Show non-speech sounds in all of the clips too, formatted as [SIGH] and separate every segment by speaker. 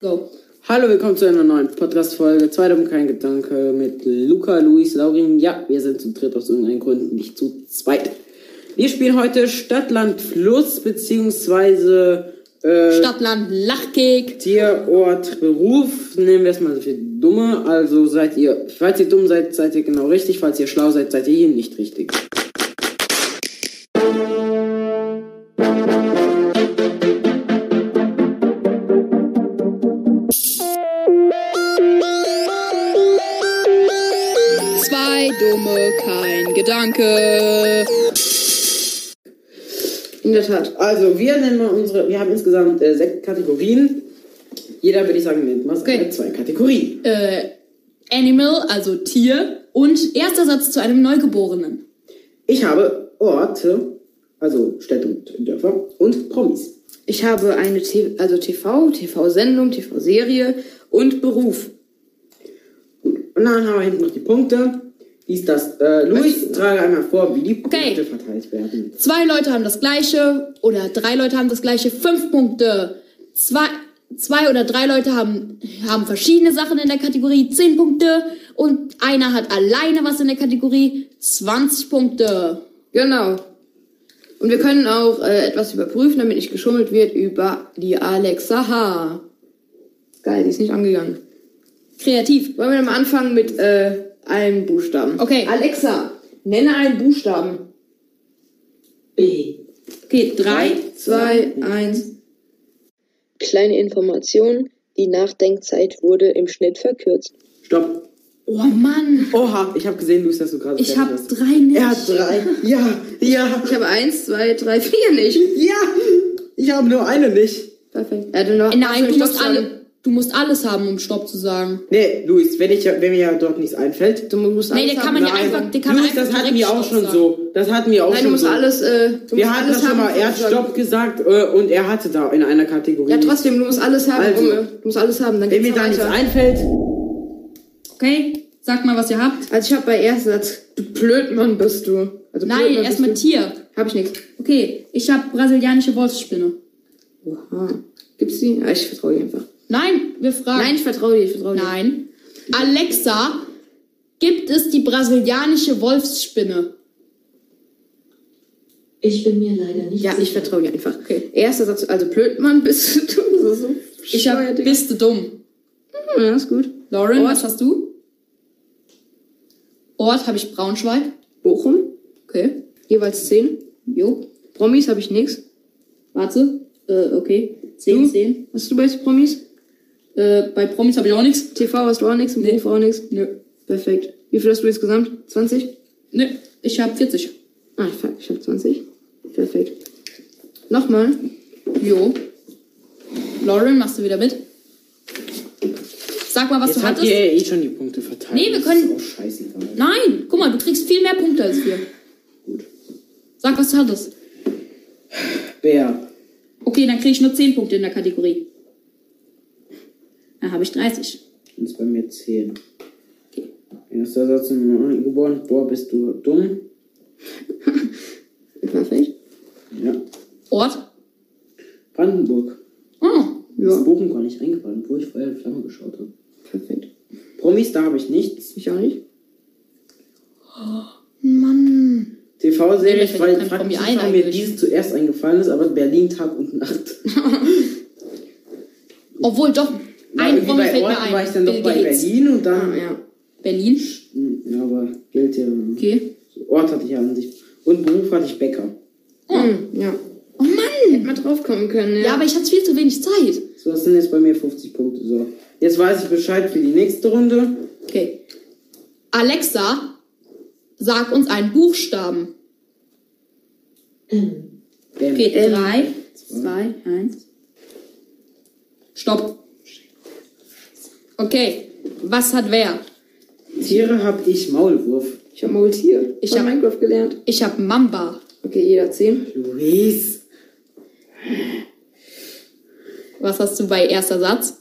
Speaker 1: So. Hallo, willkommen zu einer neuen Podcast-Folge. Zweiter und kein Gedanke mit Luca, Luis, Laurin. Ja, wir sind zu dritt aus irgendeinem Grund, nicht zu zweit. Wir spielen heute Stadt, Land, Fluss, beziehungsweise äh,
Speaker 2: Stadtland Lachkek.
Speaker 1: Tier, Ort, Beruf. Nehmen wir es mal so für Dumme. Also seid ihr, falls ihr dumm seid, seid ihr genau richtig. Falls ihr schlau seid, seid ihr hier nicht richtig.
Speaker 2: Zwei Dumme, kein Gedanke.
Speaker 1: In der Tat. Also, wir nennen mal unsere, wir haben insgesamt äh, sechs Kategorien. Jeder, würde ich sagen, nennt mal
Speaker 2: Okay.
Speaker 1: zwei Kategorien.
Speaker 2: Äh, Animal, also Tier. Und erster Satz zu einem Neugeborenen.
Speaker 1: Ich habe Orte, also Städte und Dörfer und Promis.
Speaker 3: Ich habe eine T also TV, TV-Sendung, TV-Serie und Beruf.
Speaker 1: Gut. Und dann haben wir hinten noch die Punkte. Dies, das. Äh, Luis, trage einmal vor, wie die
Speaker 2: Okay.
Speaker 1: Punkte verteilt werden.
Speaker 2: Zwei Leute haben das gleiche oder drei Leute haben das gleiche. Fünf Punkte. Zwei, zwei oder drei Leute haben, haben verschiedene Sachen in der Kategorie. Zehn Punkte. Und einer hat alleine was in der Kategorie. 20 Punkte.
Speaker 3: Genau. Und wir können auch äh, etwas überprüfen, damit nicht geschummelt wird, über die Alexa. Ha. Geil, die ist nicht angegangen.
Speaker 2: Kreativ.
Speaker 3: Wollen wir dann mal anfangen mit äh, einem Buchstaben?
Speaker 2: Okay.
Speaker 3: Alexa, nenne einen Buchstaben.
Speaker 1: B.
Speaker 2: Okay, drei.
Speaker 3: Zwei, eins.
Speaker 4: Kleine Information, die Nachdenkzeit wurde im Schnitt verkürzt.
Speaker 1: Stopp.
Speaker 2: Oh Mann.
Speaker 1: Oha, ich habe gesehen, Luis, dass du gerade
Speaker 2: Ich
Speaker 1: fertig
Speaker 2: habe
Speaker 1: warst.
Speaker 2: drei nicht.
Speaker 1: Er hat drei. Ja, ja,
Speaker 3: Ich habe eins, zwei, drei, vier nicht.
Speaker 1: ja. Ich habe nur eine nicht.
Speaker 3: Perfekt. Er hatte noch
Speaker 2: Nein, du
Speaker 3: Stopp
Speaker 2: musst,
Speaker 3: sagen.
Speaker 2: alle, du musst alles haben, um Stopp zu sagen.
Speaker 1: Nee, Luis, wenn, ich, wenn mir ja dort nichts einfällt.
Speaker 3: Du musst
Speaker 2: Nee,
Speaker 3: alles
Speaker 2: der
Speaker 3: haben.
Speaker 2: kann man ja
Speaker 1: Nein.
Speaker 2: einfach. Der kann
Speaker 1: Luis,
Speaker 2: einfach
Speaker 1: das hatten
Speaker 2: direkt
Speaker 1: wir auch
Speaker 2: Stopp
Speaker 1: schon
Speaker 2: sagen.
Speaker 1: so. Das hatten wir auch
Speaker 3: Nein, du
Speaker 1: schon
Speaker 3: musst
Speaker 1: so.
Speaker 3: alles, äh, du
Speaker 1: wir
Speaker 3: musst
Speaker 1: hatten
Speaker 3: alles
Speaker 1: das schon
Speaker 3: haben,
Speaker 1: mal. Er hat
Speaker 3: sozusagen.
Speaker 1: Stopp gesagt äh, und er hatte da in einer Kategorie.
Speaker 3: Ja, trotzdem, du musst alles haben,
Speaker 1: Also.
Speaker 3: also. du musst alles haben, dann
Speaker 1: Wenn mir
Speaker 3: geht's
Speaker 1: da nichts
Speaker 3: weiter.
Speaker 1: einfällt.
Speaker 2: Okay, sag mal, was ihr habt.
Speaker 3: Also ich habe bei ersten Satz, du Blödmann bist du. Also
Speaker 2: Nein,
Speaker 3: Blödmann
Speaker 2: erstmal
Speaker 3: bist du.
Speaker 2: Tier.
Speaker 3: Hab ich nichts.
Speaker 2: Okay, ich habe brasilianische Wolfsspinne.
Speaker 3: Oha. Gibt's die? Ah, ich vertraue dir einfach.
Speaker 2: Nein, wir fragen.
Speaker 3: Nein, ich vertraue dir, ich vertraue dir.
Speaker 2: Nein. Alexa, gibt es die brasilianische Wolfsspinne?
Speaker 5: Ich bin mir leider nicht
Speaker 3: Ja, ich
Speaker 5: sicher.
Speaker 3: vertraue dir einfach. Okay. Erster Satz, also Blödmann bist [LAUGHS] du. Das ist so
Speaker 2: Ich habe.
Speaker 3: bescheuert, Digga.
Speaker 2: Bist du dumm?
Speaker 3: Hm, Ja, ist gut.
Speaker 2: Lauren,
Speaker 3: Ort.
Speaker 2: was hast du? Ort habe ich Braunschweig.
Speaker 3: Bochum. Okay. Jeweils 10. Jo. Promis habe ich nichts.
Speaker 2: Warte. Äh, okay.
Speaker 3: Du?
Speaker 2: 10, 10.
Speaker 3: Hast du bei Promis?
Speaker 2: Äh, bei Promis habe ich auch nichts.
Speaker 3: TV hast du auch nichts, im
Speaker 2: Nee.
Speaker 3: Beruf auch nichts.
Speaker 2: Nö.
Speaker 3: Perfekt. Wie viel hast du insgesamt? 20?
Speaker 2: Nö, ich habe 40.
Speaker 3: Ah, fuck, ich hab 20. Perfekt. Nochmal.
Speaker 2: Jo. Lauren, machst du wieder mit? Sag mal, was
Speaker 1: Jetzt
Speaker 2: du
Speaker 1: habt
Speaker 2: hattest.
Speaker 1: ihr eh schon die Punkte verteilt.
Speaker 2: Nee, wir
Speaker 1: Das
Speaker 2: können-
Speaker 1: Ist auch scheißegal.
Speaker 2: Nein, guck mal, du kriegst viel mehr Punkte als wir.
Speaker 1: Gut.
Speaker 2: Sag, was du hattest.
Speaker 1: Bär.
Speaker 2: Okay, dann krieg ich nur 10 Punkte in der Kategorie. Dann habe ich 30.
Speaker 1: Das ist bei mir 10. Erster Satz im geboren. Boah, bist du dumm?
Speaker 3: Perfekt.
Speaker 1: Ja.
Speaker 2: Ort?
Speaker 1: Brandenburg.
Speaker 2: Oh.
Speaker 1: Das
Speaker 3: Ja,
Speaker 1: Bochum gar nicht eingefallen, obwohl ich Feuer und Flamme geschaut habe.
Speaker 3: perfekt.
Speaker 1: Promis, da habe ich nichts.
Speaker 3: Ich auch nicht.
Speaker 2: Mann.
Speaker 1: TV-Serie,
Speaker 2: Nee,
Speaker 1: ich
Speaker 2: mir fällt
Speaker 1: frage
Speaker 2: kein
Speaker 1: frag
Speaker 2: Promi
Speaker 1: mich,
Speaker 2: ein
Speaker 1: warum mir
Speaker 2: eigentlich.
Speaker 1: diese zuerst eingefallen ist, aber Berlin Tag und Nacht.
Speaker 2: Obwohl, doch. [LAUGHS] Ein
Speaker 1: irgendwie
Speaker 2: Promi
Speaker 1: bei
Speaker 2: fällt mir
Speaker 1: Orten
Speaker 2: ein.
Speaker 1: war ich dann
Speaker 2: Bill
Speaker 1: noch bei
Speaker 2: Gates.
Speaker 1: Berlin und
Speaker 3: Ah,
Speaker 1: dann.
Speaker 3: ja.
Speaker 2: Berlin.
Speaker 1: Hm, Ja, aber gilt ja.
Speaker 2: Okay.
Speaker 1: Ort hatte ich ja an sich. Und Beruf hatte ich Bäcker.
Speaker 3: Hm, ja.
Speaker 2: Oh Mann.
Speaker 3: Hätte man draufkommen können, ja.
Speaker 2: Ja, aber ich hatte viel zu wenig Zeit.
Speaker 1: So, das sind jetzt bei mir 50 Punkte. So. Jetzt weiß ich Bescheid für die nächste Runde.
Speaker 2: Okay. Alexa, sag uns einen Buchstaben.
Speaker 5: Ähm,
Speaker 1: Ähm,
Speaker 2: Okay, drei, zwei, eins. Stopp. Okay, was hat wer?
Speaker 1: Tiere habe ich Maulwurf.
Speaker 3: ich hab Maultier.
Speaker 2: Ich
Speaker 3: Ich hab
Speaker 2: hab-
Speaker 3: Minecraft gelernt.
Speaker 2: Ich habe Mamba.
Speaker 3: Okay, jeder 10.
Speaker 1: Luis.
Speaker 2: Was hast du bei erster Satz?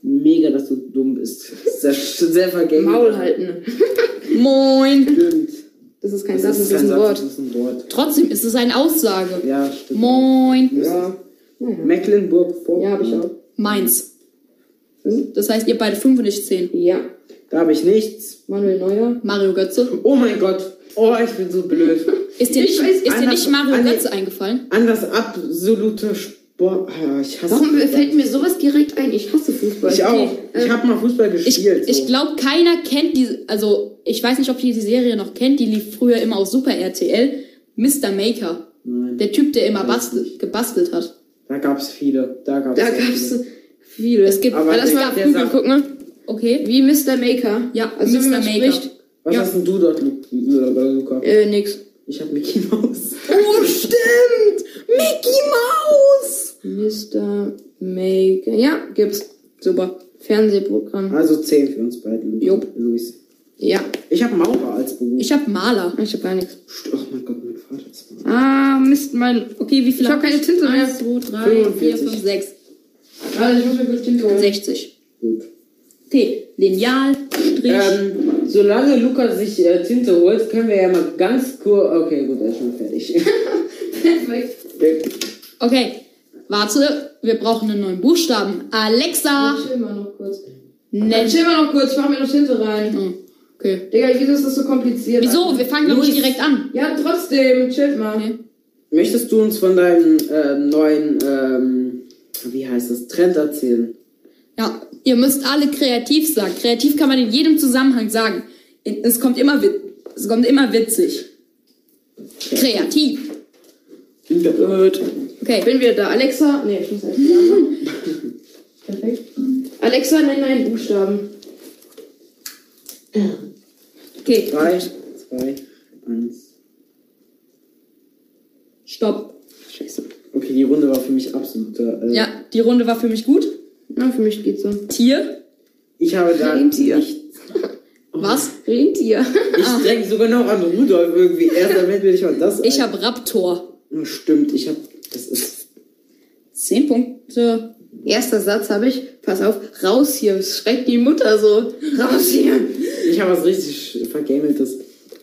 Speaker 1: Mega, dass du dumm bist. [LAUGHS] Sehr, sehr vergänglich.
Speaker 3: Maul halt. halten.
Speaker 2: Moin.
Speaker 1: Stimmt.
Speaker 3: Das ist kein Satz, das ist ein
Speaker 1: Das
Speaker 3: Wort.
Speaker 1: ist ein Wort.
Speaker 2: Trotzdem ist es eine Aussage.
Speaker 1: Ja, stimmt.
Speaker 2: Moin.
Speaker 1: Ja. Mecklenburg-Vorpommern.
Speaker 3: Ja, hab ich auch.
Speaker 2: Mainz. Das heißt, ihr beide 5 und ich 10.
Speaker 3: Ja.
Speaker 1: Da habe ich nichts.
Speaker 3: Manuel Neuer.
Speaker 2: Mario Götze.
Speaker 1: Oh mein Gott. Oh, ich bin so blöd.
Speaker 2: Ist dir nicht, ist dir
Speaker 1: einer-
Speaker 2: nicht Mario
Speaker 1: einer-
Speaker 2: Götze eingefallen?
Speaker 1: An das absolute Sport. Ah, Ich hasse
Speaker 3: Warum
Speaker 1: Fußball.
Speaker 3: fällt mir sowas direkt ein? Ich hasse Fußball.
Speaker 1: Ich auch. Ich habe mal Fußball
Speaker 2: Ich,
Speaker 1: gespielt.
Speaker 2: ich glaube, keiner kennt die. Also, ich weiß nicht, ob ihr die Serie noch kennt. Die lief früher immer auf Super RTL. Mr. Maker.
Speaker 1: Nein.
Speaker 2: Der Typ, der immer
Speaker 1: Weiß
Speaker 2: bastelt, gebastelt hat.
Speaker 1: Da gab's viele. Da gab's
Speaker 3: Da
Speaker 1: sehr
Speaker 3: gab's
Speaker 1: viele.
Speaker 3: viele.
Speaker 2: Es gibt-
Speaker 3: Aber
Speaker 1: Aber
Speaker 3: lass
Speaker 1: der-
Speaker 3: mal auf
Speaker 1: der
Speaker 3: Google
Speaker 1: sagt-
Speaker 3: gucken. ne?
Speaker 2: Okay.
Speaker 3: Wie Mr. Maker.
Speaker 2: Ja,
Speaker 3: also wie
Speaker 2: Mr.
Speaker 3: man
Speaker 2: Maker.
Speaker 3: spricht.
Speaker 1: Was
Speaker 2: Ja.
Speaker 1: hast denn du dort, Lu- Lu- Luca?
Speaker 3: Äh, nix.
Speaker 1: Ich hab Mickey Mouse.
Speaker 2: Oh, stimmt! Mickey Mouse!
Speaker 3: Mr. Maker. Ja, gibt's. Super. Fernsehprogramm.
Speaker 1: Also 10 für uns beide, Lu-
Speaker 3: Jupp.
Speaker 1: Luis.
Speaker 3: Ja.
Speaker 1: Ich hab Maurer als Beruf.
Speaker 2: Ich hab Maler.
Speaker 3: Ich hab gar nichts.
Speaker 1: St- oh mein Gott, mein Vater ist Maurer.
Speaker 3: Ah, Mist, mein.
Speaker 2: Okay, wie viel
Speaker 3: Ich hab keine Tinte mehr.
Speaker 2: 1, 2, 3, 4, 5, 6.
Speaker 3: Warte, ich muss mir kurz Tinte holen.
Speaker 2: 60.
Speaker 1: Gut.
Speaker 2: Okay, Lineal, Strich.
Speaker 1: Ähm, solange Luca sich äh, Tinte holt, können wir ja mal ganz kurz. Okay, gut, er ist schon fertig. [LAUGHS]
Speaker 3: Perfekt.
Speaker 2: Okay, warte, wir brauchen einen neuen Buchstaben. Alexa!
Speaker 3: Chill mal noch kurz. Dann
Speaker 2: Nenn.
Speaker 3: chill mal noch kurz, ich mach mir noch Tinte rein.
Speaker 2: Hm, Okay.
Speaker 3: Digga, wieso ist das so kompliziert?
Speaker 2: Wieso? Wir fangen doch nicht direkt an.
Speaker 3: Ja, trotzdem, chillt mal.
Speaker 1: Möchtest du uns von deinem ähm, neuen, ähm, wie heißt das, Trend erzählen?
Speaker 2: Ja, ihr müsst alle kreativ sagen. Kreativ kann man in jedem Zusammenhang sagen. In- Es kommt immer, wit- es kommt immer witzig. Kreativ.
Speaker 3: Ich
Speaker 2: Okay,
Speaker 3: bin wieder da. Alexa. Nee, ich muss erst wieder [LAUGHS] anfangen. Perfekt. Alexa, nenn einen Buchstaben.
Speaker 2: okay,
Speaker 1: Drei, zwei, eins.
Speaker 2: stopp.
Speaker 3: Scheiße.
Speaker 1: Okay, die Runde war für mich absoluter. Äh,
Speaker 2: Ja, die Runde war für mich gut.
Speaker 3: Na, für mich geht's so.
Speaker 2: Tier.
Speaker 1: Ich habe da
Speaker 3: Rentier.
Speaker 1: nicht.
Speaker 2: Was?
Speaker 3: Rentier.
Speaker 1: Ich denke sogar noch an Rudolf irgendwie. Erst damit will ich mal das.
Speaker 2: Ah. Ich
Speaker 1: ein.
Speaker 2: habe Raptor.
Speaker 1: Stimmt, ich habe. Das ist.
Speaker 2: Zehn Punkte.
Speaker 3: Erster Satz habe ich. Pass auf, raus hier. Es schreckt die Mutter so. Raus hier.
Speaker 1: Ich habe was richtig vergameltes.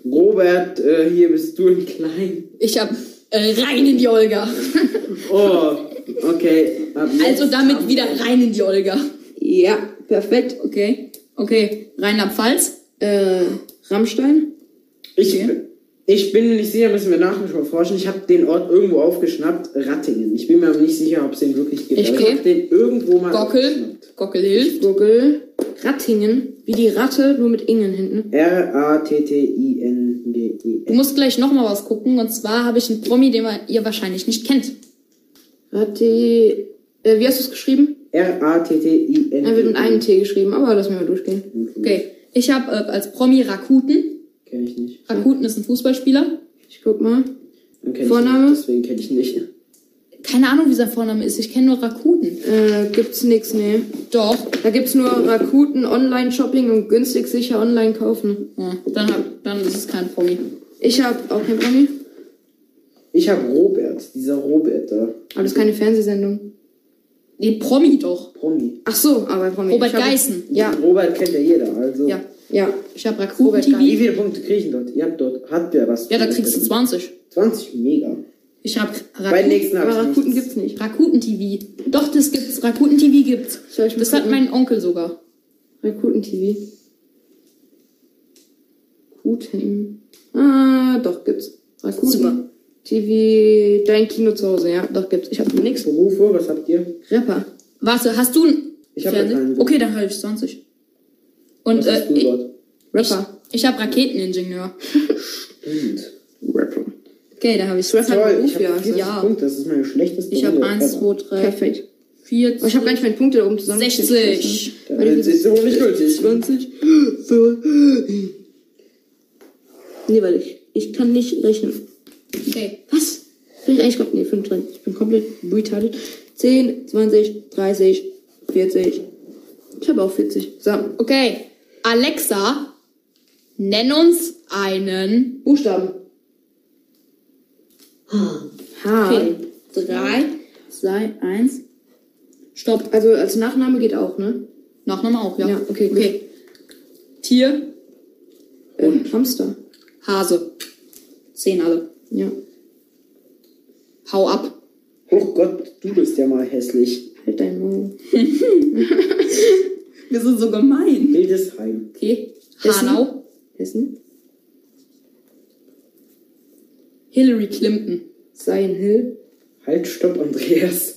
Speaker 1: Robert, äh, hier bist du in klein.
Speaker 2: Ich habe äh, rein in die Olga.
Speaker 1: Oh, okay. ab jetzt.
Speaker 2: Also damit wieder rein in die Olga.
Speaker 3: Ja, perfekt.
Speaker 2: Okay, okay. Rheinland-Pfalz.
Speaker 3: Äh, Rammstein?
Speaker 1: Ich, ich bin mir nicht sicher, müssen wir nachforschen. Ich habe den Ort irgendwo aufgeschnappt, Rattingen. Ich bin mir aber nicht sicher, ob es den wirklich gibt.
Speaker 2: Ich
Speaker 1: aber
Speaker 2: glaub-
Speaker 1: ich habe den irgendwo mal
Speaker 2: Gockel.
Speaker 1: aufgeschnappt.
Speaker 2: Gockel hilft.
Speaker 3: Gurgel. Rattingen. Wie die Ratte, nur mit Ingen hinten.
Speaker 1: R-A-T-T-I-N-G-E-N.
Speaker 2: Du musst gleich nochmal was gucken. Und zwar habe ich einen Promi, den man ihr wahrscheinlich nicht kennt.
Speaker 3: Ratte. Äh, wie hast du es geschrieben?
Speaker 1: R-A-T-T-I-N.
Speaker 3: Er wird mit einem T geschrieben, aber lass mich mal durchgehen.
Speaker 2: Okay. Ich habe äh, als Promi Rakuten.
Speaker 1: Kenn ich nicht.
Speaker 2: Rakuten ist ein Fußballspieler.
Speaker 3: Ich guck mal.
Speaker 1: Dann kenn ich
Speaker 3: Vorname?
Speaker 1: nicht, Deswegen kenne ich nicht.
Speaker 2: Keine Ahnung, wie sein Vorname ist. Ich kenne nur Rakuten.
Speaker 3: Äh, gibt's nix, nee.
Speaker 2: Doch.
Speaker 3: Da gibt's nur Rakuten Online-Shopping und günstig sicher online kaufen.
Speaker 2: Ja, dann, hab, dann ist es kein Promi.
Speaker 3: Ich habe auch kein Promi,
Speaker 1: Ich habe Robert, dieser Robert da.
Speaker 3: aber das ist keine Fernsehsendung.
Speaker 2: Nee, Promi doch.
Speaker 1: Promi.
Speaker 3: Ach so, aber Promi.
Speaker 2: Robert
Speaker 3: Ich hab-
Speaker 2: Geißen.
Speaker 3: Ja,
Speaker 1: Robert kennt ja jeder, also.
Speaker 2: Ja.
Speaker 3: ja.
Speaker 2: Ich habe Rakuten
Speaker 3: Robert
Speaker 1: Wie
Speaker 2: TV.
Speaker 1: viele Punkte kriege ich denn dort? Ihr habt dort, habt ihr was?
Speaker 2: Ja, da kriegst du 20.
Speaker 1: 20, mega.
Speaker 2: Ich habe
Speaker 1: Bei den
Speaker 2: Rakuten.
Speaker 1: nächsten
Speaker 3: Aber
Speaker 1: habe ich
Speaker 3: Rakuten
Speaker 1: nichts.
Speaker 3: gibt's nicht.
Speaker 2: Rakuten TV. Doch, das gibt's. Rakuten TV gibt's.
Speaker 3: Soll ich mal
Speaker 2: Das hat
Speaker 3: gucken?
Speaker 2: mein Onkel sogar.
Speaker 3: Rakuten TV. Rakuten. Ah, doch gibt's. Rakuten.
Speaker 2: Super.
Speaker 3: TV, dein Kino zu Hause, ja, doch gibt's. Ich habe nix.
Speaker 1: Berufe, was habt ihr?
Speaker 3: Rapper.
Speaker 2: Warte, hast du ein
Speaker 1: Ich hab
Speaker 2: Fernseh-
Speaker 1: ja keinen.
Speaker 2: Okay, dann höre ich 20. Und
Speaker 1: Was
Speaker 2: äh,
Speaker 1: hast du
Speaker 2: ich,
Speaker 1: dort?
Speaker 3: Rapper.
Speaker 2: ich habe Raketeningenieur.
Speaker 1: Stimmt.
Speaker 3: Rapper.
Speaker 2: Okay, da habe ich
Speaker 1: Toll, ich
Speaker 3: Beruf, ja,
Speaker 1: habe 40
Speaker 2: ja.
Speaker 1: Punkte, das ist meine schlechteste
Speaker 2: Ich habe
Speaker 1: Runde
Speaker 2: 1,
Speaker 1: ever.
Speaker 2: 2, 3,
Speaker 3: Äh, Perfekt.
Speaker 2: 4,
Speaker 3: Oh, Ich habe gar nicht meine Punkte da oben zusammen.
Speaker 2: 60.
Speaker 1: Dann ist es wohl nicht gültig.
Speaker 3: 20. So. Nee, weil ich, ich kann nicht rechnen.
Speaker 2: Okay.
Speaker 3: Was? Bin ich eigentlich komplett. Nee, 25. Ich bin komplett retarded. 10, 20, 30, 40. Ich habe auch 40. So.
Speaker 2: Okay. Alexa, nenn uns einen.
Speaker 3: Buchstaben. H.
Speaker 2: Okay. 3, 2, 1. Stopp.
Speaker 3: Also als Nachname geht auch, ne?
Speaker 2: Nachname auch, ja.
Speaker 3: Ja, okay, gut.
Speaker 2: okay. Tier,
Speaker 3: Und äh, Hamster.
Speaker 2: Hase. 10 alle.
Speaker 3: Ja.
Speaker 2: Hau ab.
Speaker 1: Oh Gott, du bist ja mal hässlich.
Speaker 3: Halt dein Maul. Wir sind so gemein.
Speaker 6: Hildesheim.
Speaker 2: Okay.
Speaker 3: Hessen?
Speaker 2: Hanau.
Speaker 3: Hessen?
Speaker 2: Hillary Clinton. [LAUGHS]
Speaker 3: Sein Hill?
Speaker 6: Halt, stopp, Andreas.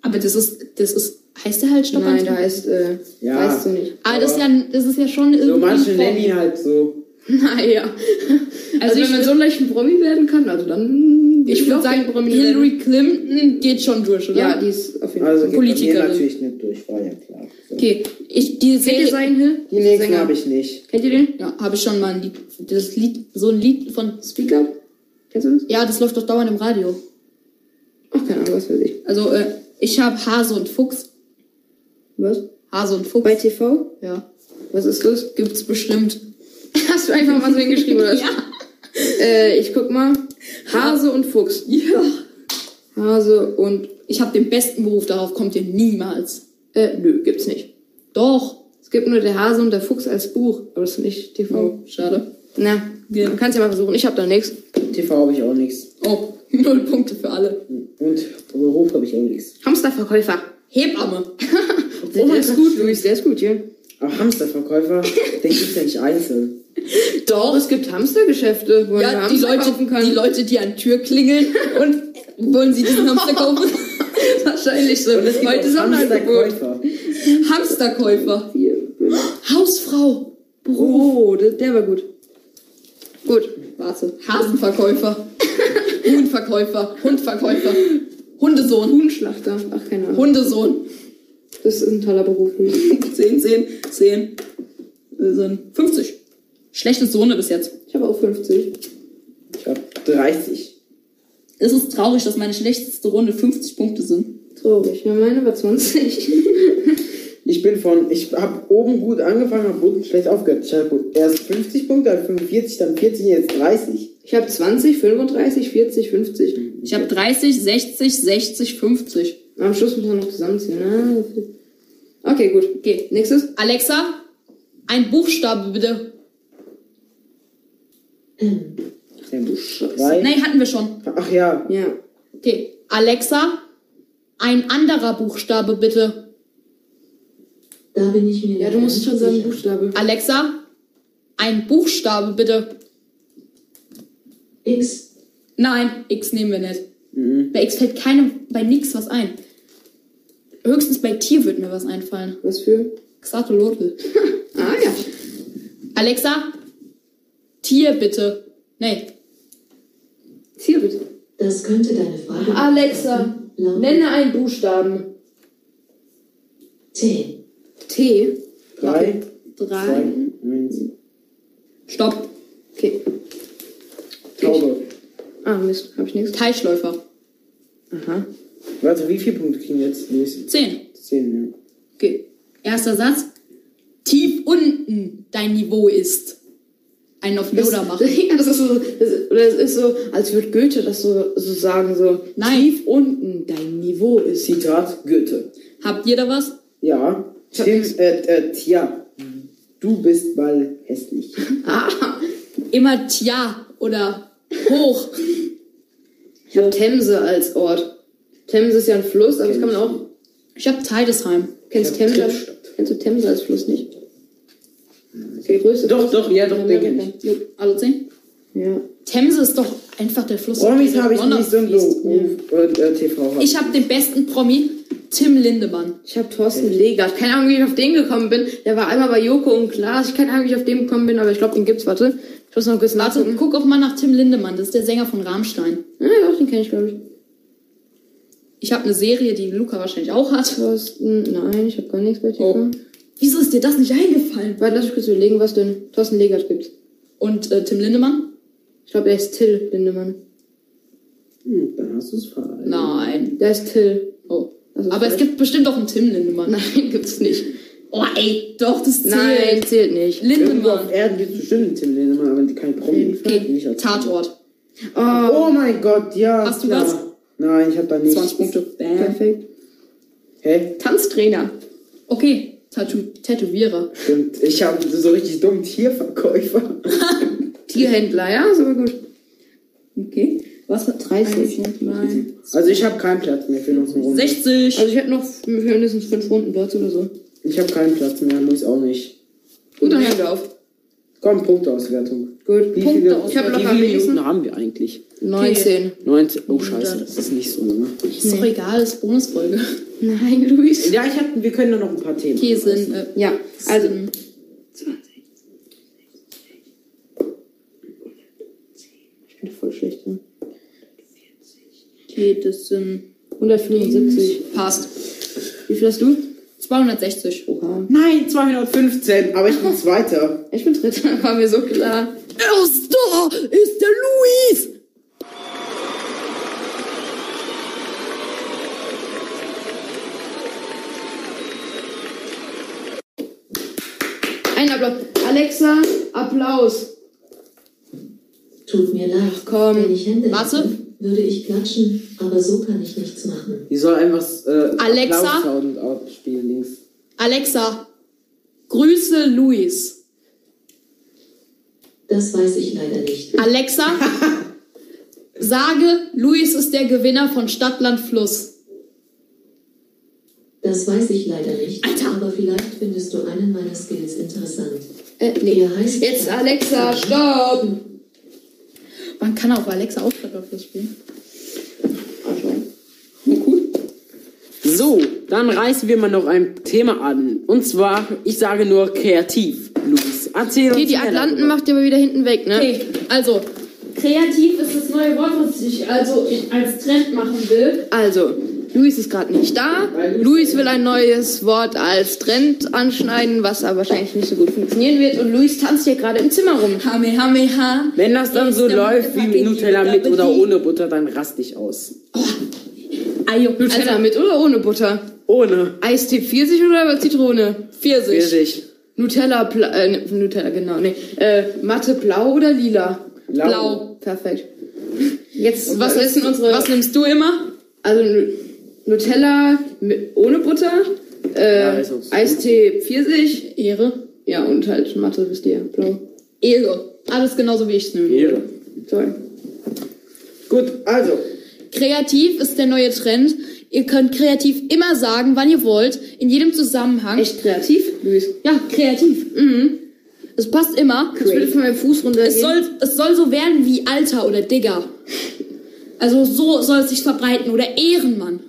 Speaker 2: Aber das ist, das ist, heißt der halt Stopp
Speaker 3: Nein,
Speaker 2: Hans-
Speaker 3: da heißt, äh,
Speaker 6: Ja.
Speaker 3: weißt du
Speaker 2: [LAUGHS]
Speaker 3: nicht.
Speaker 2: Ah, das ist ja, das ist ja schon irgendwie.
Speaker 6: So manche
Speaker 2: von-
Speaker 6: nennen ihn halt so.
Speaker 3: Naja. Also,
Speaker 2: ich
Speaker 3: wenn man
Speaker 2: würd-
Speaker 3: so leicht ein Promi werden kann, also dann.
Speaker 2: Ich würde sagen, Hillary Clinton geht schon durch, oder?
Speaker 3: Ja, die ist auf jeden Fall.
Speaker 1: Also geht bei
Speaker 2: Politikerin.
Speaker 1: mir natürlich nicht durch, war ja klar. So.
Speaker 2: Okay, ich, die
Speaker 3: Kennt ihr
Speaker 2: Serie,
Speaker 3: Sein Hill?
Speaker 1: Die nächsten
Speaker 3: Sänger.
Speaker 1: habe ich nicht.
Speaker 3: Kennt ihr den?
Speaker 2: ja, habe ich schon mal ein Lied, das Lied, so ein Lied von,
Speaker 3: Speak Up? Kennst du das?
Speaker 2: ja, das läuft doch dauernd im Radio.
Speaker 3: Ach, keine Ahnung, was weiß ich.
Speaker 2: Also, äh, ich habe Hase und Fuchs,
Speaker 3: Was?
Speaker 2: Hase und Fuchs,
Speaker 3: Bei TV?
Speaker 2: ja,
Speaker 3: Was ist das?
Speaker 2: gibt's bestimmt.
Speaker 3: [LAUGHS] Hast du einfach was hingeschrieben oder was?
Speaker 2: [LAUGHS] Ja.
Speaker 3: Äh, ich guck mal. Hase und Fuchs.
Speaker 2: Ja.
Speaker 3: Hase und.
Speaker 2: Ich habe den besten Beruf, darauf kommt ihr niemals.
Speaker 3: Äh, nö, gibt's nicht.
Speaker 2: Doch.
Speaker 3: Es gibt nur der Hase und der Fuchs als Buch, aber das ist nicht TV.
Speaker 2: Oh, schade.
Speaker 3: Na,
Speaker 2: Ja.
Speaker 3: man kann's ja mal versuchen. Ich hab da nichts.
Speaker 1: TV habe ich auch nichts.
Speaker 2: Oh, [LAUGHS] null Punkte für alle.
Speaker 1: Und Beruf habe ich auch nichts.
Speaker 3: Hamsterverkäufer.
Speaker 2: Hebamme.
Speaker 3: Oh, der ist gut, Luis, der ist gut, ja.
Speaker 1: Auch Hamsterverkäufer, den gibt es ja nicht einzeln.
Speaker 3: Doch, es gibt Hamstergeschäfte, wo
Speaker 2: Ja,
Speaker 3: man
Speaker 2: die
Speaker 3: Hamster
Speaker 2: Leute,
Speaker 3: kaufen kann.
Speaker 2: die Leute, die an Tür
Speaker 3: [LAUGHS]
Speaker 2: klingeln und wollen sie diesen Hamster kaufen.
Speaker 3: wahrscheinlich so.
Speaker 1: Und es gibt
Speaker 3: Heute
Speaker 1: auch
Speaker 3: ist Hamstergebot.
Speaker 1: Hamsterkäufer.
Speaker 2: Hamsterkäufer. Hausfrau.
Speaker 3: Oh, der, der war gut. Gut, warte.
Speaker 2: Hasenverkäufer. Huhnverkäufer. Hundverkäufer. Hundesohn.
Speaker 3: Huhnschlachter. Ach, keine Ahnung.
Speaker 2: Hundesohn.
Speaker 3: Das ist ein toller Beruf. Luis.
Speaker 2: 10, 10, 10. Wir sind 50. Schlechtes Sohne bis jetzt.
Speaker 3: Ich habe auch 50.
Speaker 1: Ich habe 30.
Speaker 2: Es ist traurig, dass meine schlechteste Runde 50 Punkte sind.
Speaker 3: Traurig. Ja, meine war 20.
Speaker 1: Ich bin von, ich habe oben gut angefangen, habe unten schlecht aufgehört. Ich habe erst 50 Punkte, dann 45, dann 40, jetzt 30.
Speaker 3: Ich habe 20, 35, 40, 50.
Speaker 2: Ich habe 30, 60, 60, 50.
Speaker 3: Am Schluss muss man noch zusammenziehen. Ah, viel. Okay, gut. Okay. Nächstes.
Speaker 2: Alexa, ein Buchstabe bitte.
Speaker 1: Drei.
Speaker 2: Nein, hatten wir schon.
Speaker 1: Ach ja,
Speaker 3: Ja.
Speaker 2: Okay. Alexa, ein anderer Buchstabe bitte.
Speaker 7: Da bin ich mir.
Speaker 3: Ja, du musst schon sagen Buchstabe.
Speaker 2: Alexa, ein Buchstabe bitte.
Speaker 7: X.
Speaker 2: Nein, X nehmen wir nicht. Bei X fällt keinem, bei nix was ein. Höchstens bei Tier wird mir was einfallen.
Speaker 3: Was für?
Speaker 2: Xatolotl.
Speaker 3: Ah, ja.
Speaker 2: Alexa, Tier bitte. Nee,
Speaker 3: Ziel bitte.
Speaker 7: Das könnte deine Frage.
Speaker 2: Alexa,
Speaker 7: lauten.
Speaker 2: nenne einen Buchstaben.
Speaker 7: T.
Speaker 3: T.
Speaker 1: 3,
Speaker 3: Drei.
Speaker 1: 2, 1.
Speaker 2: Stopp.
Speaker 3: Okay.
Speaker 1: Taube.
Speaker 3: Ah, Mist. Hab ich nichts.
Speaker 2: Teichläufer.
Speaker 3: Aha.
Speaker 1: Warte, wie viele Punkte kriegen jetzt Luis?
Speaker 2: Zehn.
Speaker 1: 10, ja.
Speaker 2: Okay. Erster Satz. Tief unten dein Niveau ist. Einen auf Yoda machen.
Speaker 3: [LAUGHS] Ja, das ist so, das ist, oder es ist so, als würde Goethe das so, so sagen, so
Speaker 2: Nein.
Speaker 3: tief unten dein Niveau ist.
Speaker 1: Zitat Goethe.
Speaker 2: Habt ihr da was?
Speaker 1: Ja. Tim, äh, äh, tja. Du bist mal hässlich.
Speaker 2: Immer tja oder hoch.
Speaker 3: Ich habe Themse als Ort. Themse ist ja ein Fluss, aber das kann man auch.
Speaker 2: Ich hab Teidesheim.
Speaker 3: Kennst,
Speaker 1: Ja,
Speaker 3: Themse, als,
Speaker 1: Klipstadt.
Speaker 3: kennst du Themse als Fluss nicht? Ist Der größte
Speaker 1: Doch,
Speaker 3: Fluss
Speaker 1: doch, ja, doch,
Speaker 3: in
Speaker 1: den kenn
Speaker 3: Amerika.
Speaker 1: ich.
Speaker 2: Jo, alle Also zehn?
Speaker 3: Ja.
Speaker 2: Themse ist doch einfach der Fluss.
Speaker 1: Promis habe ich
Speaker 2: London
Speaker 1: nicht so ein
Speaker 2: fließt.
Speaker 1: Beruf. Und äh, TV habe
Speaker 2: Ich hab den besten Promi, Tim Lindemann.
Speaker 3: Ich habe Thorsten Legert. Keine Ahnung, wie ich auf den gekommen bin. Der war einmal bei Joko und Klaas. Ich keine Ahnung, wie ich auf den gekommen bin, aber ich glaube, den gibt's. Warte. Ich muss noch kurz
Speaker 2: Warte,
Speaker 3: nachgucken.
Speaker 2: guck auch mal nach Tim Lindemann. Das ist der Sänger von Rammstein.
Speaker 3: Ja, doch, den kenn ich, glaube ich.
Speaker 2: Ich habe eine Serie, die Luca wahrscheinlich auch hat.
Speaker 3: Thorsten, nein, ich habe gar nichts bei TV.
Speaker 2: Oh. Wieso ist dir das nicht eingefallen?
Speaker 3: Warte, lass mich kurz überlegen, was denn Thorsten Legert gibt.
Speaker 2: Und äh, Tim Lindemann?
Speaker 3: Ich glaube, der ist Till Lindemann.
Speaker 1: Hm, dann hast du es falsch.
Speaker 2: Nein.
Speaker 3: Der ist Till.
Speaker 2: Oh.
Speaker 3: Also
Speaker 2: Aber es
Speaker 3: vielleicht-
Speaker 2: gibt bestimmt auch einen Tim Lindemann.
Speaker 3: [LAUGHS] Nein, gibt's nicht.
Speaker 2: Oh ey, doch, das zählt.
Speaker 3: Nein, zählt nicht.
Speaker 1: Irgendwo auf
Speaker 2: Lindemann.
Speaker 1: Erden gibt es bestimmt einen Tim Lindemann, aber kein Promi. Nicht
Speaker 2: Okay,
Speaker 1: als-
Speaker 2: Tatort.
Speaker 3: Oh,
Speaker 1: Oh mein Gott, ja.
Speaker 2: Hast du
Speaker 1: klar.
Speaker 2: was?
Speaker 1: Nein, ich habe da nichts.
Speaker 2: 20 Punkte. Bam.
Speaker 3: perfekt.
Speaker 1: Hä?
Speaker 3: Tanztrainer.
Speaker 2: Okay, Tattoo Tätowierer.
Speaker 1: Stimmt. Ich habe so richtig dummen Tierverkäufer.
Speaker 3: Tierhändler, ja, ist aber gut.
Speaker 2: Okay.
Speaker 3: Was hat 30? Nein.
Speaker 5: Also ich habe keinen Platz mehr für noch eine Runde.
Speaker 2: 60.
Speaker 3: Also ich hätte noch mindestens fünf Runden Platz oder so.
Speaker 5: Ich habe keinen Platz mehr, Luis auch nicht.
Speaker 3: Gut, dann hören wir auf.
Speaker 5: Komm, Punkteauswertung.
Speaker 3: Gut.
Speaker 5: Wie
Speaker 3: Punkte.
Speaker 5: viele-
Speaker 3: Ich habe
Speaker 1: Wie
Speaker 3: locker am
Speaker 1: viele
Speaker 3: wenigsten.
Speaker 1: Minuten haben wir eigentlich?
Speaker 3: 19.
Speaker 1: 19. Oh, scheiße, das ist nicht so ne? lange.
Speaker 2: Ist doch egal, das ist Bonusfolge.
Speaker 3: Nein, Luis.
Speaker 1: Ja, ich hab, wir können da noch ein paar Themen.
Speaker 2: Okay, sind. Äh,
Speaker 3: Ja, also
Speaker 2: sind-
Speaker 3: ich bin voll schlecht. Ne?
Speaker 2: okay, das sind.
Speaker 3: 175.
Speaker 2: Passt.
Speaker 3: Wie viel hast du?
Speaker 2: 260.
Speaker 3: Oha.
Speaker 5: Nein, 215, aber ich bin Zweiter.
Speaker 3: Ich bin Dritter, [LAUGHS] war mir so klar.
Speaker 2: Erster ist der Luis!
Speaker 3: Ein Applaus. Alexa, Applaus.
Speaker 7: Tut mir leid.
Speaker 3: komm.
Speaker 7: Wenn ich Hände
Speaker 2: Warte.
Speaker 7: hätte, würde ich klatschen, aber so kann ich nichts machen.
Speaker 5: Die soll einfach äh,
Speaker 2: Alexa?
Speaker 5: Applaus-Sound aufspielen links.
Speaker 2: Alexa, grüße Luis.
Speaker 7: Das weiß ich leider
Speaker 3: [LAUGHS]
Speaker 7: nicht.
Speaker 2: Alexa, sage, Luis ist der Gewinner von Stadtland Fluss.
Speaker 7: Das weiß ich leider nicht.
Speaker 2: Alter.
Speaker 7: Aber vielleicht findest du einen meiner Skills interessant.
Speaker 3: Äh, nee.
Speaker 7: Ihr heißt
Speaker 3: Jetzt Alexa, stopp.
Speaker 2: Man kann auch Alexa auch Stadtland Fluss spielen.
Speaker 1: So, dann reißen wir mal noch ein Thema an. Und zwar, ich sage nur kreativ, Luis. Erzähl
Speaker 3: Okay,
Speaker 1: uns
Speaker 3: die
Speaker 1: mehr
Speaker 3: Atlanten
Speaker 1: darüber.
Speaker 3: macht ihr aber wieder hinten weg, ne?
Speaker 2: Okay, also, kreativ ist das neue Wort, was ich also als Trend machen will.
Speaker 3: Also, Luis ist gerade nicht da. Luis will ein neues Wort als Trend anschneiden, was aber wahrscheinlich nicht so gut funktionieren wird. Und Luis tanzt hier gerade im Zimmer rum.
Speaker 2: Hame, hame, ha.
Speaker 1: Wenn das dann so läuft wie mit Nutella mit oder ohne Butter, dann rast ich aus.
Speaker 2: Ayo.
Speaker 3: Also mit oder ohne Butter?
Speaker 1: Ohne.
Speaker 3: Eistee Pfirsich oder Zitrone? Pfirsich.
Speaker 1: Pfirsich.
Speaker 3: Nutella, Bla äh, ne, Nutella, genau, nee. Äh, Matte blau oder lila?
Speaker 5: Blau.
Speaker 3: Perfekt. Jetzt, was essen unsere...
Speaker 2: was nimmst du immer?
Speaker 3: Also Nu- Nutella mit, ohne Butter, äh,
Speaker 1: Ja, ist auch so.
Speaker 3: Eistee Pfirsich,
Speaker 2: Ehre.
Speaker 3: ja und halt Matte, wisst ihr, blau.
Speaker 2: Ehre. Alles genauso wie ich es nehme.
Speaker 1: Ehre.
Speaker 3: Toll.
Speaker 5: Gut, also.
Speaker 2: Kreativ ist der neue Trend. Ihr könnt kreativ immer sagen, wann ihr wollt, in jedem Zusammenhang.
Speaker 3: Echt kreativ, Luis.
Speaker 2: Ja, kreativ. Mhm. Es passt immer.
Speaker 3: Ich will von meinem Fuß runtergehen.
Speaker 2: Es soll, es soll so werden wie Alter oder Digger. Also so soll es sich verbreiten. Oder Ehrenmann.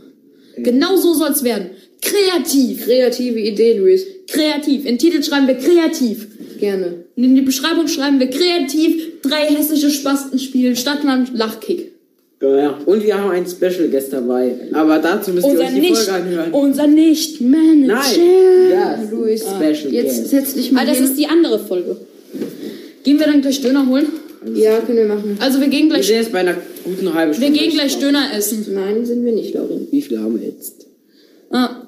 Speaker 2: Genau so soll es werden. Kreativ.
Speaker 3: kreative Idee, Luis.
Speaker 2: Kreativ. In Titel schreiben wir kreativ.
Speaker 3: Gerne.
Speaker 2: Und in die Beschreibung schreiben wir kreativ. Drei hässliche Spasten spielen. Stadtland Lachkick.
Speaker 1: Ja. Und wir haben einen Special Guest dabei. Aber dazu müsst ihr
Speaker 2: Unser
Speaker 1: euch die
Speaker 2: nicht, Oh,
Speaker 1: Folge anhören.
Speaker 2: unser nicht Manager.
Speaker 1: Nein. Das.
Speaker 3: Luis,
Speaker 1: Ah. Special
Speaker 3: jetzt
Speaker 1: Guest.
Speaker 3: setz dich mal
Speaker 2: Ah, das
Speaker 3: hin.
Speaker 2: ist die andere Folge. Gehen wir dann gleich Döner holen?
Speaker 3: ja, können wir machen.
Speaker 2: Also wir gehen
Speaker 1: Wir
Speaker 2: gleich,
Speaker 1: sind jetzt bei einer guten halben
Speaker 2: wir
Speaker 1: Stunde.
Speaker 2: gehen gleich Döner essen.
Speaker 3: Nein, sind wir nicht, Laurin.
Speaker 1: Wie viele haben wir jetzt?
Speaker 2: Ah,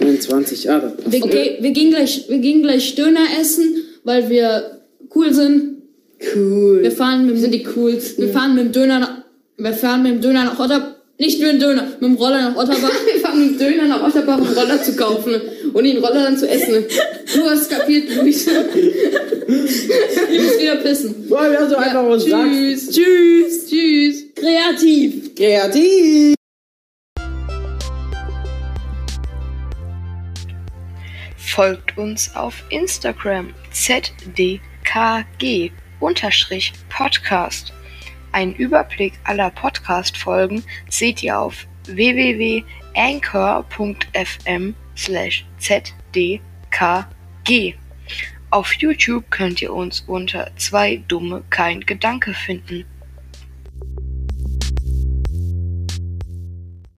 Speaker 1: 29. Ah, das passt.
Speaker 2: wir, okay, wir gehen gleich, wir gehen gleich Döner essen, weil wir cool sind.
Speaker 3: Cool.
Speaker 2: Wir fahren mit,
Speaker 3: sind die
Speaker 2: dem-
Speaker 3: coolsten.
Speaker 2: wir fahren mit dem Döner, nach- wir fahren mit dem Döner nach Otterbach. Nicht mit dem Döner, mit dem Roller nach Otterbach.
Speaker 3: [LAUGHS] Wir fangen einen Döner nach Otterbach, um Roller zu kaufen
Speaker 2: [LAUGHS]
Speaker 3: und den Roller dann zu essen. [LAUGHS] Du hast kapiert, Luis.
Speaker 2: Ich muss wieder pissen.
Speaker 1: Boah, wir haben so einfach was gesagt.
Speaker 3: Tschüss. Tschüss. Tschüss.
Speaker 2: Kreativ.
Speaker 1: Kreativ.
Speaker 8: folgt uns auf Instagram zdkg-podcast. Einen Überblick aller Podcast-Folgen seht ihr auf www.anchor.fm zdkg. Auf YouTube könnt ihr uns unter zwei Dumme kein Gedanke finden.